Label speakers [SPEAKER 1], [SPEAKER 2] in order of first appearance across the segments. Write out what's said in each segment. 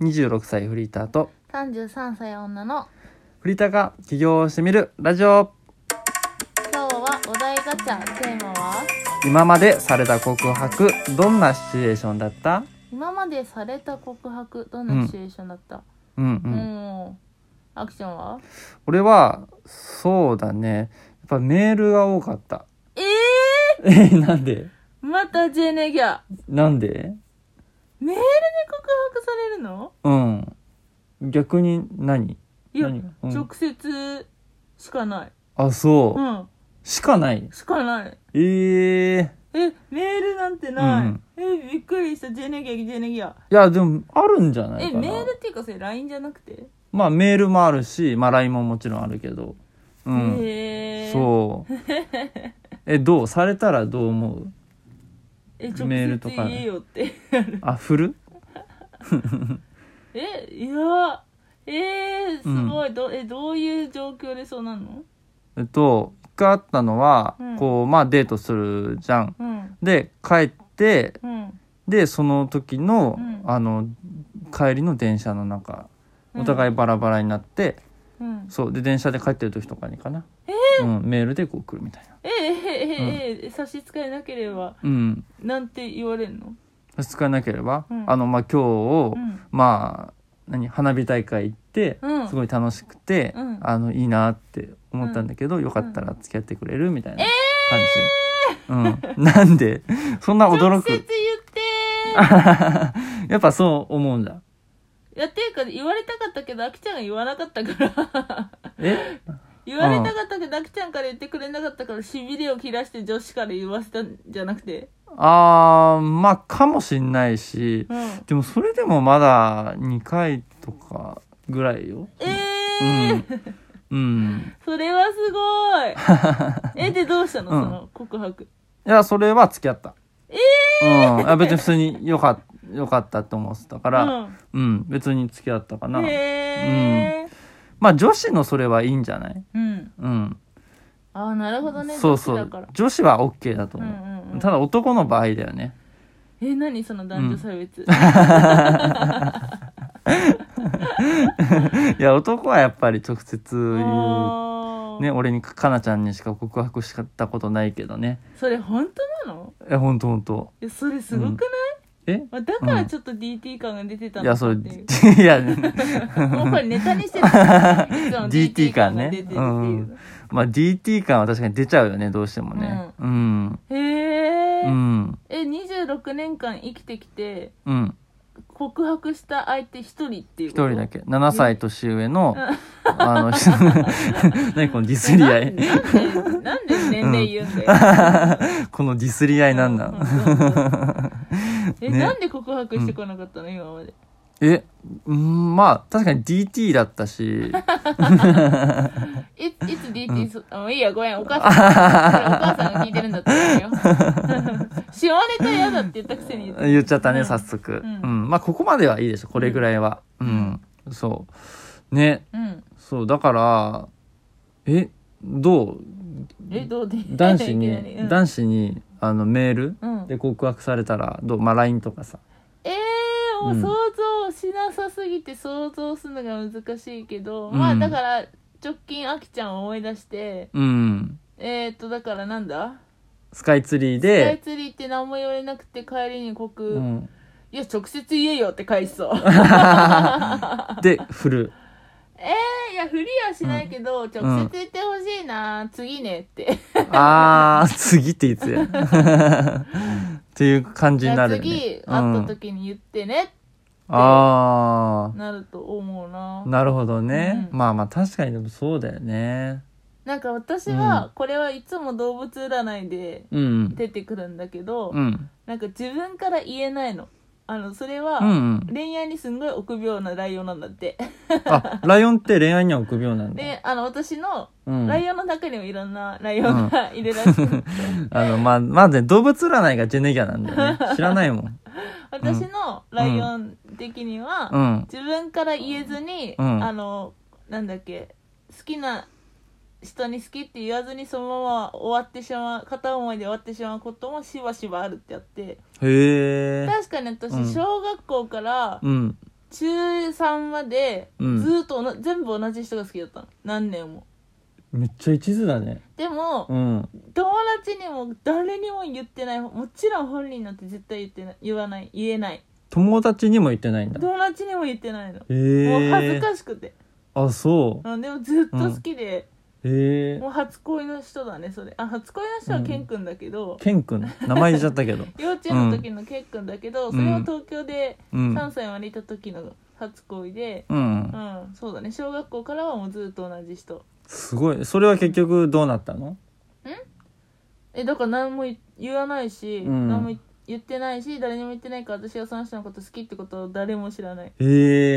[SPEAKER 1] 26歳フリーターと
[SPEAKER 2] 33歳女の
[SPEAKER 1] フリーターが起業してみるラジオ
[SPEAKER 2] 今日はお題ガチャテーマは
[SPEAKER 1] 今までされた告白どんなシチュエーションだった
[SPEAKER 2] 今までされた告白どんなシチュエーションだった、
[SPEAKER 1] うんう、
[SPEAKER 2] うんんアクションは
[SPEAKER 1] 俺はそうだねやっぱメールが多かった
[SPEAKER 2] え
[SPEAKER 1] え なんで
[SPEAKER 2] ー、またジェネギャ
[SPEAKER 1] なんで
[SPEAKER 2] メールで告白されるの
[SPEAKER 1] うん逆に何
[SPEAKER 2] いや、
[SPEAKER 1] 何がうん
[SPEAKER 2] 直接しかない
[SPEAKER 1] あそうう、
[SPEAKER 2] ん
[SPEAKER 1] しかない
[SPEAKER 2] しかない
[SPEAKER 1] ええ
[SPEAKER 2] えメールなんてない、
[SPEAKER 1] うん
[SPEAKER 2] えびっくりしたジェネギャジェネギャ
[SPEAKER 1] いやでもあるんじゃない
[SPEAKER 2] え
[SPEAKER 1] かな
[SPEAKER 2] メールっていうかそれ LINE じゃなくて、
[SPEAKER 1] まあメールもあるしまあ LINE ももちろんあるけどうん、
[SPEAKER 2] へえ
[SPEAKER 1] そうえどうされたらどう思う
[SPEAKER 2] え直
[SPEAKER 1] メール
[SPEAKER 2] 接
[SPEAKER 1] とか
[SPEAKER 2] 言えよって
[SPEAKER 1] あ振る
[SPEAKER 2] えいやえー、
[SPEAKER 1] うん
[SPEAKER 2] すごい、どえどういう状況でそうなの
[SPEAKER 1] えっと一回あったのは、
[SPEAKER 2] うん
[SPEAKER 1] こうまあデートするじゃん
[SPEAKER 2] うん
[SPEAKER 1] で帰って
[SPEAKER 2] うん
[SPEAKER 1] でその時の,、
[SPEAKER 2] うん
[SPEAKER 1] あの帰りの電車の中
[SPEAKER 2] うん
[SPEAKER 1] お互いバラバラになって、
[SPEAKER 2] うん
[SPEAKER 1] そうで電車で帰ってる時とかにかな、うん、メールでこう来るみたいな
[SPEAKER 2] ええええええ差し支えなければ
[SPEAKER 1] うん
[SPEAKER 2] なんて言われるの
[SPEAKER 1] 差し支えなければ、
[SPEAKER 2] うん
[SPEAKER 1] あのまあ今日を、
[SPEAKER 2] うん
[SPEAKER 1] まあ何花火大会行って、
[SPEAKER 2] うん
[SPEAKER 1] すごい楽しくて、
[SPEAKER 2] うん
[SPEAKER 1] あのいいなって思ったんだけど、よかったら付き合ってくれるみたいな感じ、うん、 なんでそんな驚
[SPEAKER 2] 直接言っ
[SPEAKER 1] く
[SPEAKER 2] て
[SPEAKER 1] やっぱそう思うんだ
[SPEAKER 2] いやっていうか言われたかったけどあきちゃんが言わなかったから
[SPEAKER 1] え
[SPEAKER 2] 言われたかったけどあきちゃんから言ってくれなかったからしびれを切らして女子から言わせたんじゃなくて
[SPEAKER 1] あーまあかもしんないし
[SPEAKER 2] うん
[SPEAKER 1] でもそれでもまだ2回とかぐらいよ
[SPEAKER 2] え
[SPEAKER 1] う
[SPEAKER 2] え
[SPEAKER 1] ん、うん、
[SPEAKER 2] それはすご いえでどうしたの、
[SPEAKER 1] うん
[SPEAKER 2] その告白
[SPEAKER 1] いやそれは付き合ったえうんあ、別に普通によかよかったって思ってたから、
[SPEAKER 2] う
[SPEAKER 1] う
[SPEAKER 2] ん
[SPEAKER 1] ん、別に付き合ったかな。
[SPEAKER 2] へえ
[SPEAKER 1] まあ女子のそれはいいんじゃない
[SPEAKER 2] うん、
[SPEAKER 1] うん。
[SPEAKER 2] ああなるほどね
[SPEAKER 1] そうそ
[SPEAKER 2] 女子
[SPEAKER 1] う
[SPEAKER 2] だから。
[SPEAKER 1] 女子は OK だと
[SPEAKER 2] うん
[SPEAKER 1] 思
[SPEAKER 2] うんう
[SPEAKER 1] う。
[SPEAKER 2] ん、
[SPEAKER 1] ただ男の場合だよね。
[SPEAKER 2] え何その男女差別、
[SPEAKER 1] いや、男はやっぱり直接言
[SPEAKER 2] あ
[SPEAKER 1] う。
[SPEAKER 2] ー
[SPEAKER 1] ね、俺にかかなちゃんにしか告白したことないけどね。
[SPEAKER 2] それ本当なの
[SPEAKER 1] え、ほんとほんと。
[SPEAKER 2] いやそれすごくない、
[SPEAKER 1] え
[SPEAKER 2] まあだからちょっと DT 感が出てた
[SPEAKER 1] い
[SPEAKER 2] の
[SPEAKER 1] や、
[SPEAKER 2] か
[SPEAKER 1] そ
[SPEAKER 2] っ
[SPEAKER 1] れ、
[SPEAKER 2] ていう
[SPEAKER 1] い や、
[SPEAKER 2] もうこれネタにしてるいつも
[SPEAKER 1] DT 感
[SPEAKER 2] が
[SPEAKER 1] ね
[SPEAKER 2] 出てるっていう、
[SPEAKER 1] まあ DT 感は確かに出ちゃうよね、どうしてもね。うん。
[SPEAKER 2] へえ、
[SPEAKER 1] うん。
[SPEAKER 2] え26年間生きてきて
[SPEAKER 1] うん。
[SPEAKER 2] 告白した相手一人っていう
[SPEAKER 1] 一
[SPEAKER 2] こと
[SPEAKER 1] 人だけ。7歳年上の、あの、 何このディスり合い。
[SPEAKER 2] なんでなんで年齢言うんだよ。
[SPEAKER 1] このディスり合いなんな
[SPEAKER 2] うんんうんうんえ、
[SPEAKER 1] ね
[SPEAKER 2] なんで告白してこなかったの、今まで。
[SPEAKER 1] え、うん、まあ、確かに DT だった し、
[SPEAKER 2] いいつ DT、そあもういいや、ごめん、お母さん。それお母さんが聞いてるんだったらいいよ。 しわれたら嫌だって言ったくせに。
[SPEAKER 1] 言っちゃった
[SPEAKER 2] う
[SPEAKER 1] ね、
[SPEAKER 2] ん
[SPEAKER 1] 早速。う
[SPEAKER 2] う
[SPEAKER 1] んん。まあ、ここまではいいでしょ、これぐらいは。うん。そう。ね、
[SPEAKER 2] うん。
[SPEAKER 1] そう、だから、え、どう
[SPEAKER 2] え、どうで
[SPEAKER 1] 男子
[SPEAKER 2] いきなりう
[SPEAKER 1] に、
[SPEAKER 2] ん
[SPEAKER 1] 男子に、あの、メール
[SPEAKER 2] うん
[SPEAKER 1] で告白されたら、どうまあ、LINE とかさ。
[SPEAKER 2] えー、もううん想像しなさすぎて想像するのが難しいけど、
[SPEAKER 1] うん
[SPEAKER 2] まあだから、直近あきちゃんを思い出して、
[SPEAKER 1] うん。
[SPEAKER 2] えーっと、だからなんだ
[SPEAKER 1] スカイツリー
[SPEAKER 2] スカイ
[SPEAKER 1] で、
[SPEAKER 2] ツリーって何も言われなくて帰りに告、
[SPEAKER 1] うん。
[SPEAKER 2] いや直接言えよって返し そう
[SPEAKER 1] で、振る。
[SPEAKER 2] えー、いや振りはしないけど、直接言ってほしいな、次ねって
[SPEAKER 1] あー、次っていつや。 っていう感じ
[SPEAKER 2] じ
[SPEAKER 1] に
[SPEAKER 2] ゃ
[SPEAKER 1] な
[SPEAKER 2] あ
[SPEAKER 1] るよね。
[SPEAKER 2] 次会っ
[SPEAKER 1] うん
[SPEAKER 2] た時に言ってね、
[SPEAKER 1] あ
[SPEAKER 2] なると思うな
[SPEAKER 1] あ、なるほどね。
[SPEAKER 2] うん
[SPEAKER 1] まあまあ確かにでもそうだよね。
[SPEAKER 2] なんか私
[SPEAKER 1] う
[SPEAKER 2] はこれはいつも動物占いで
[SPEAKER 1] うん。
[SPEAKER 2] 出てくるんだけど、
[SPEAKER 1] うん。
[SPEAKER 2] なんか自分から言えないのあのそれは、
[SPEAKER 1] うんうん。
[SPEAKER 2] 恋愛にすんごい臆病なライオンなんだって。
[SPEAKER 1] あ、ライオンって恋愛には臆病なんだ。
[SPEAKER 2] で、あの、私の、
[SPEAKER 1] うん。
[SPEAKER 2] ライオンの中にもいろんなライオンがいるらしくて、
[SPEAKER 1] あの、まあ、まずね、動物占いがジェネギャなんだよね。知らないもん。
[SPEAKER 2] 私のライオン的には、
[SPEAKER 1] うん。
[SPEAKER 2] 自分から言えずに、
[SPEAKER 1] うん
[SPEAKER 2] あのなんだっけ好きな人に好きって言わずにそのまま終わってしまう片思いで終わってしまうこともしばしばあるってやって
[SPEAKER 1] へえ。
[SPEAKER 2] 確かに私、
[SPEAKER 1] うん
[SPEAKER 2] 小学校から
[SPEAKER 1] うん。
[SPEAKER 2] 中3までず
[SPEAKER 1] うん
[SPEAKER 2] ーっとおな、全部同じ人が好きだったの何年も
[SPEAKER 1] めっちゃ一途だね
[SPEAKER 2] でも、
[SPEAKER 1] うん
[SPEAKER 2] 友達にも誰にも言ってないもちろん本人なんて絶対言ってない言わない言えない
[SPEAKER 1] 友達にも言ってないんだ
[SPEAKER 2] 友達にも言ってないの、
[SPEAKER 1] ええ
[SPEAKER 2] もう恥ず
[SPEAKER 1] ー、
[SPEAKER 2] かしくて
[SPEAKER 1] あそう
[SPEAKER 2] うんでもずっと好きで、
[SPEAKER 1] ええ
[SPEAKER 2] もう初恋の人だねそれあ初恋の人はケン君だけど、
[SPEAKER 1] ケン君名前言っちゃったけど
[SPEAKER 2] 幼稚園の時のケン君だけど、
[SPEAKER 1] うん
[SPEAKER 2] それは東京で
[SPEAKER 1] うん
[SPEAKER 2] 3歳までいた時の初恋で
[SPEAKER 1] う
[SPEAKER 2] うんん、そうだね小学校からはもうずっと同じ人
[SPEAKER 1] すごいそれは結局どうなったの
[SPEAKER 2] えだから何も言言わないし、
[SPEAKER 1] うん
[SPEAKER 2] 何も言ってないし誰にも言ってないから私がその人のこと好きってことを誰も知らない
[SPEAKER 1] え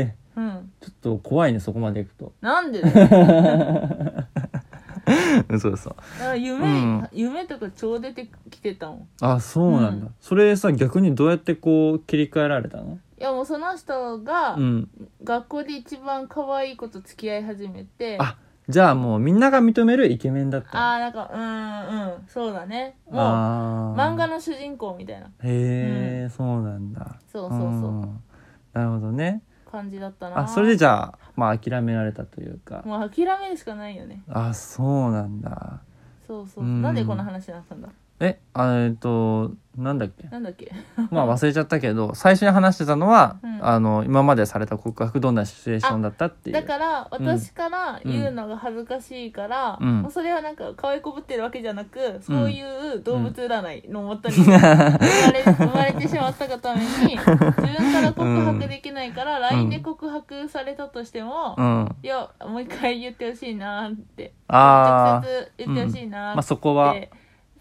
[SPEAKER 1] え
[SPEAKER 2] うん
[SPEAKER 1] ちょっと怖いねそこまでいくと
[SPEAKER 2] なんで だよだか
[SPEAKER 1] 嘘嘘
[SPEAKER 2] ら夢、
[SPEAKER 1] うん
[SPEAKER 2] 夢とか超出てきてたもん
[SPEAKER 1] あそうなんだ、
[SPEAKER 2] うん
[SPEAKER 1] それさ逆にどうやってこう切り替えられたの
[SPEAKER 2] いやもうその人が
[SPEAKER 1] うん
[SPEAKER 2] 学校で一番可愛い子と付き合い始めて、
[SPEAKER 1] あじゃあもうみんなが認めるイケメンだった
[SPEAKER 2] あーなんかうんうんそうだねもう
[SPEAKER 1] あ
[SPEAKER 2] 漫画
[SPEAKER 1] の
[SPEAKER 2] の主人公みたいな
[SPEAKER 1] へえ、そうなんだ
[SPEAKER 2] そうそうそうん
[SPEAKER 1] なるほどね
[SPEAKER 2] 感じだったな
[SPEAKER 1] あそれでじゃあまあ諦められたというか
[SPEAKER 2] もう諦めるしかないよね
[SPEAKER 1] あそうなんだ
[SPEAKER 2] そうそうそう
[SPEAKER 1] うん
[SPEAKER 2] なんでこんな話になったんだ
[SPEAKER 1] えあえっとなんだっけ
[SPEAKER 2] なんだっけ
[SPEAKER 1] まあ忘れちゃったけど最初に話してたのは、
[SPEAKER 2] うん
[SPEAKER 1] あの今までされた告白どんなシチュエーションだったっていう
[SPEAKER 2] だから私から言うのが恥ずかしいから、
[SPEAKER 1] うん
[SPEAKER 2] もうそれはなんか可愛こぶってるわけじゃなくそういう動物占いのもとに生まれ 生まれてしまったがために自分から告白できないから、LINE で告白されたとしても、
[SPEAKER 1] うん
[SPEAKER 2] いやもう一回言ってほしいなーって
[SPEAKER 1] あ
[SPEAKER 2] 直
[SPEAKER 1] ー
[SPEAKER 2] 接言ってほしいなー
[SPEAKER 1] まあ
[SPEAKER 2] って、
[SPEAKER 1] そこは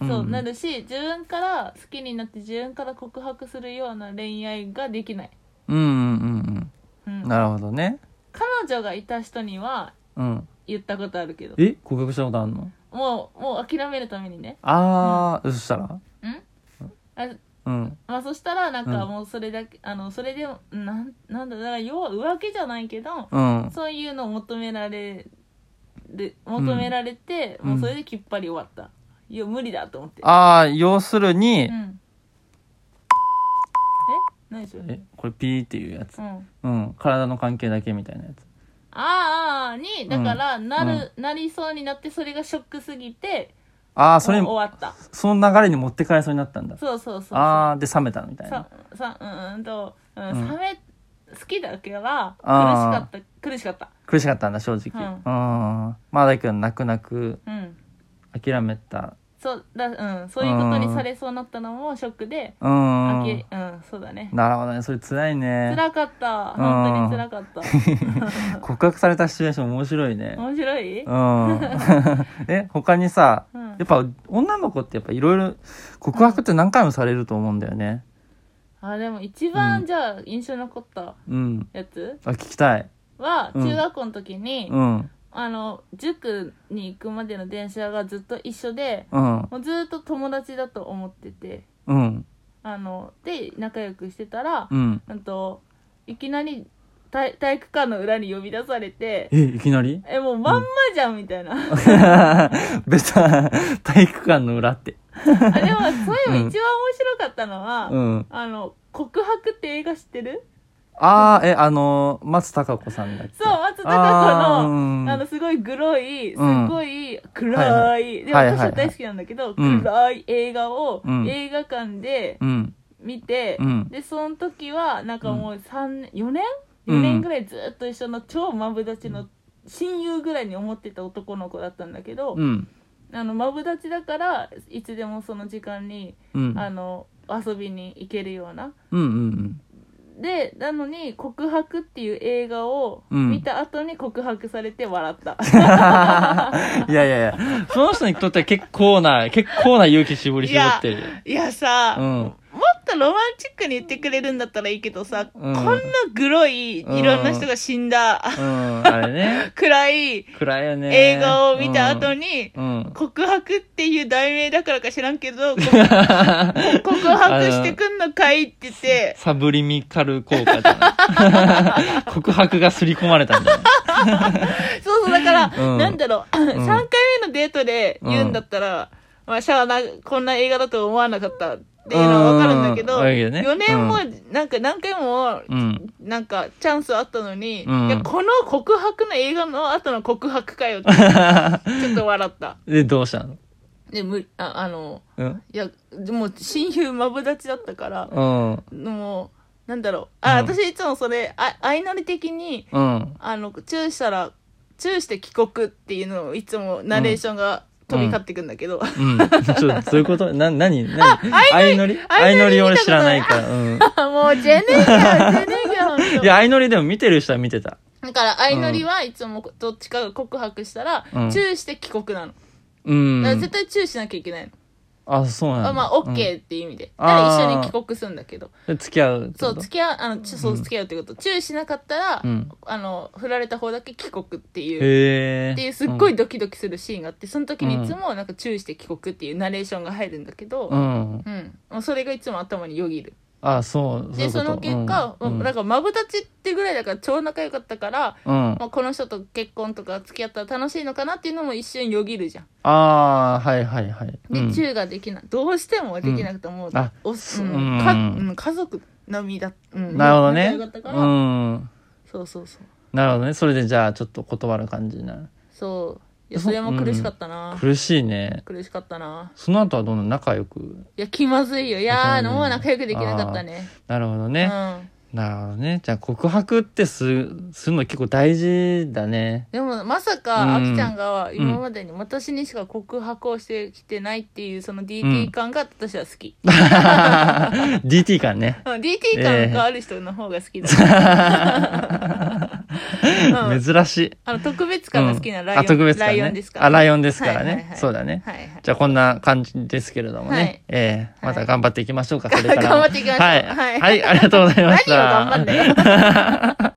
[SPEAKER 1] うん
[SPEAKER 2] そうなるし自分から好きになって自分から告白するような恋愛ができない、
[SPEAKER 1] うんうんうん
[SPEAKER 2] う
[SPEAKER 1] うんんなるほどね
[SPEAKER 2] 彼女がいた人には
[SPEAKER 1] うん
[SPEAKER 2] 言ったことあるけど
[SPEAKER 1] え告白したことあるの
[SPEAKER 2] もうもう諦めるためにね
[SPEAKER 1] ああ、そしたら
[SPEAKER 2] あ
[SPEAKER 1] うん
[SPEAKER 2] まあそしたらなんか
[SPEAKER 1] うん
[SPEAKER 2] もうそれだけ、あのそれでもなんなんだだから要は浮気じゃないけど
[SPEAKER 1] うん
[SPEAKER 2] そういうのを求められる求められて、
[SPEAKER 1] うん
[SPEAKER 2] もうそれできっぱり終わったいや無理だと思って
[SPEAKER 1] ああ要するに、
[SPEAKER 2] うんえ何それ
[SPEAKER 1] えこれピーっていうやつ
[SPEAKER 2] う、ん
[SPEAKER 1] うん、体の関係だけみたいなやつ
[SPEAKER 2] あーあーにだからなる、なりそうになってそれがショックすぎて
[SPEAKER 1] ああそれ
[SPEAKER 2] もう終わった
[SPEAKER 1] その流れに持ってかれそうになったんだ
[SPEAKER 2] そうそうそう
[SPEAKER 1] ああで冷めたみたいな
[SPEAKER 2] ささうんうんと、うん
[SPEAKER 1] うん
[SPEAKER 2] サメ好きだけは苦しか
[SPEAKER 1] あ
[SPEAKER 2] った苦しかった
[SPEAKER 1] 苦しかったんだ正直
[SPEAKER 2] うん
[SPEAKER 1] うん、まあだけど泣く泣く
[SPEAKER 2] うん
[SPEAKER 1] 諦めた
[SPEAKER 2] そうだうんそういうことにされそうになったのもショックで、
[SPEAKER 1] うん
[SPEAKER 2] あきうんそうだね
[SPEAKER 1] なるほどねそれ辛いね
[SPEAKER 2] 辛かった本当に辛かった
[SPEAKER 1] 告白されたシチュエーション面白いね
[SPEAKER 2] 面白い、う
[SPEAKER 1] うんん え他にさやっぱ女の子ってやっぱいろいろ告白って何回もされると思うんだよね
[SPEAKER 2] あでも一
[SPEAKER 1] う
[SPEAKER 2] 番じゃあ印象に残った
[SPEAKER 1] うん
[SPEAKER 2] やつ
[SPEAKER 1] あ聞きたい
[SPEAKER 2] は
[SPEAKER 1] うん
[SPEAKER 2] 中学校の時に、
[SPEAKER 1] うん
[SPEAKER 2] あの塾に行くまでの電車がずっと一緒で
[SPEAKER 1] うん
[SPEAKER 2] もうずっと友達だと思ってて
[SPEAKER 1] うん
[SPEAKER 2] あので仲良くしてたら、
[SPEAKER 1] うん
[SPEAKER 2] うんといきなり体体育館の裏に呼び出されて
[SPEAKER 1] えいきなり
[SPEAKER 2] えもうまんまじゃんみたいな、あ
[SPEAKER 1] ベタ体育館の裏って
[SPEAKER 2] でもそういえば一番
[SPEAKER 1] うん
[SPEAKER 2] 面白かったのは、
[SPEAKER 1] うん
[SPEAKER 2] あの告白って映画知ってる
[SPEAKER 1] ああえあの松たか子さんだっけ
[SPEAKER 2] そう松たか子の
[SPEAKER 1] あ
[SPEAKER 2] あ,、
[SPEAKER 1] ーうん
[SPEAKER 2] のすごいグロいす
[SPEAKER 1] うん
[SPEAKER 2] ごい暗い、で
[SPEAKER 1] はいはい
[SPEAKER 2] 私は大好きなんだけど、
[SPEAKER 1] うん
[SPEAKER 2] 暗い映画を
[SPEAKER 1] うん
[SPEAKER 2] 映画館で
[SPEAKER 1] うん
[SPEAKER 2] 見て、
[SPEAKER 1] うん
[SPEAKER 2] でその時はなんかもう三4年
[SPEAKER 1] うん
[SPEAKER 2] 4年ぐらいずっと一緒の超マブダチの親友ぐらいに思ってた男の子だったんだけど、
[SPEAKER 1] うん
[SPEAKER 2] あのマブダチだからいつでもその時間に、
[SPEAKER 1] うん
[SPEAKER 2] あの遊びに行けるような
[SPEAKER 1] うんうん
[SPEAKER 2] でなのに「告白」っていう映画を
[SPEAKER 1] うん
[SPEAKER 2] 見た後に告白されて笑った、
[SPEAKER 1] うん。いやいやいや、その人にとっては結構な、結構な勇気絞り絞ってるよ。
[SPEAKER 2] いやさ、
[SPEAKER 1] うん
[SPEAKER 2] もっとロマンチックに言ってくれるんだったらいいけどさ、
[SPEAKER 1] うん
[SPEAKER 2] こんなグロいいろんな人が死んだ、
[SPEAKER 1] うん、あれね。
[SPEAKER 2] 暗い
[SPEAKER 1] 暗いよね。
[SPEAKER 2] 映画を見た後
[SPEAKER 1] に。
[SPEAKER 2] に、
[SPEAKER 1] うん。
[SPEAKER 2] 告白っていう題名だからか知らんけど、告告白してくんのかいって言って、
[SPEAKER 1] サブリミカル効果じゃ ない告白が刷り込まれたんだよね。
[SPEAKER 2] そうそう、だから、
[SPEAKER 1] うん
[SPEAKER 2] なんだろ う、3回目のデートで言うんだったら、まあ、シャアな、こんな映画だと思わなかったってっていうのはわかるんだけど、
[SPEAKER 1] うんわかるけどね
[SPEAKER 2] 4年も
[SPEAKER 1] う
[SPEAKER 2] なんか何回も
[SPEAKER 1] うん。
[SPEAKER 2] なんかチャンスあったのに、
[SPEAKER 1] うん
[SPEAKER 2] いやこの告白の映画の後の告白かよってちょっと笑った。
[SPEAKER 1] で、どうしたの
[SPEAKER 2] で、むああの、
[SPEAKER 1] うん。
[SPEAKER 2] いや、もう親友マブダチだったから、
[SPEAKER 1] うん。
[SPEAKER 2] もう、なんだろう。あ、
[SPEAKER 1] うん
[SPEAKER 2] 私いつもそれ、あ相乗り的に、
[SPEAKER 1] うん。
[SPEAKER 2] あの、チューしたら、チューして帰国っていうのをいつもナレーションが飛び交ってくんだけど、
[SPEAKER 1] うん。 ちょっと、どういうことな、なになに相乗り相
[SPEAKER 2] 相
[SPEAKER 1] 乗
[SPEAKER 2] 乗り
[SPEAKER 1] り
[SPEAKER 2] 見
[SPEAKER 1] 俺
[SPEAKER 2] たことない
[SPEAKER 1] 知らないから。うん。
[SPEAKER 2] もうジェネギャン、ジェネギャン
[SPEAKER 1] いや、相乗りでも見てる人は見てた。
[SPEAKER 2] だから相乗りはいつもどっちかが告白したら、
[SPEAKER 1] うん
[SPEAKER 2] チューして帰国なの。
[SPEAKER 1] う
[SPEAKER 2] だから
[SPEAKER 1] ん
[SPEAKER 2] 絶。対チューしなきゃいけないの。
[SPEAKER 1] あ、そうなんだ。
[SPEAKER 2] あまあ、
[SPEAKER 1] うん
[SPEAKER 2] OK っていう意味で。
[SPEAKER 1] あ
[SPEAKER 2] だから
[SPEAKER 1] ー
[SPEAKER 2] 一緒に帰国するんだけど。
[SPEAKER 1] で付き合うって
[SPEAKER 2] そ
[SPEAKER 1] こ
[SPEAKER 2] う、
[SPEAKER 1] と
[SPEAKER 2] 付き合う、あの、ちゅそう、付き合うってこと。チューしなかったら、
[SPEAKER 1] うん
[SPEAKER 2] あの、振られた方だけ帰国っていう。
[SPEAKER 1] へえ。
[SPEAKER 2] っていうすっご
[SPEAKER 1] う
[SPEAKER 2] い
[SPEAKER 1] ん。
[SPEAKER 2] ドキドキするシーンがあってその時にいつもなんか注意して帰国っていうナレーションが入るんだけど、
[SPEAKER 1] うん。
[SPEAKER 2] うんもうそれがいつも頭によぎる
[SPEAKER 1] あ、そう。うい
[SPEAKER 2] で
[SPEAKER 1] うこ
[SPEAKER 2] そ
[SPEAKER 1] と
[SPEAKER 2] の結果、
[SPEAKER 1] うん
[SPEAKER 2] なんかマブダチってぐらいだから超仲良かったから、
[SPEAKER 1] うん。
[SPEAKER 2] まあ、この人と結婚とか付き合ったら楽しいのかなっていうのも一瞬よぎるじゃん
[SPEAKER 1] ああ、はいはいはい。
[SPEAKER 2] で、
[SPEAKER 1] うん
[SPEAKER 2] チューができないどうしてもできなくてもう、
[SPEAKER 1] うんあ
[SPEAKER 2] お
[SPEAKER 1] そううん
[SPEAKER 2] か
[SPEAKER 1] うん
[SPEAKER 2] うん家族並みだ、うん、
[SPEAKER 1] なるほど
[SPEAKER 2] 仲
[SPEAKER 1] ね
[SPEAKER 2] 良かった。から、
[SPEAKER 1] うん。
[SPEAKER 2] そうそうそう
[SPEAKER 1] なるほどね。それでじゃあ、ちょっと断る感じになる。
[SPEAKER 2] そういや
[SPEAKER 1] そ
[SPEAKER 2] それも苦しかったな、
[SPEAKER 1] 苦しいね。
[SPEAKER 2] 苦しかったな
[SPEAKER 1] その後はどんどん仲良く。
[SPEAKER 2] いや気まずいよいやーもう仲良くできなかったね
[SPEAKER 1] なるほど
[SPEAKER 2] う
[SPEAKER 1] ね。
[SPEAKER 2] ん
[SPEAKER 1] なるほどね。じゃあ、告白ってす、するの結構大事だ ね。
[SPEAKER 2] でもまさ
[SPEAKER 1] う
[SPEAKER 2] かあ
[SPEAKER 1] ん
[SPEAKER 2] きちゃんが今までに私にしか告白をしてきてないっていうその DT 感が私は好き、
[SPEAKER 1] DT 感ね。
[SPEAKER 2] うん DT 感がある人の方が 好きだ、うん
[SPEAKER 1] 珍しい。
[SPEAKER 2] あの特別
[SPEAKER 1] う
[SPEAKER 2] 感
[SPEAKER 1] ん
[SPEAKER 2] が好きなライオン、
[SPEAKER 1] あ、特別感
[SPEAKER 2] ラ
[SPEAKER 1] ね。
[SPEAKER 2] イオンですか
[SPEAKER 1] あ、ライオンですから
[SPEAKER 2] はいはい
[SPEAKER 1] ね
[SPEAKER 2] は。い
[SPEAKER 1] そうだね。
[SPEAKER 2] はいはい
[SPEAKER 1] じゃあこんな感じですけれどもね。
[SPEAKER 2] はい
[SPEAKER 1] ええまた頑張っていきましょうか、それからも。
[SPEAKER 2] 頑張っていきましょう
[SPEAKER 1] はい。は。
[SPEAKER 2] はいい
[SPEAKER 1] ありがとうございました。
[SPEAKER 2] 何を頑張んだよ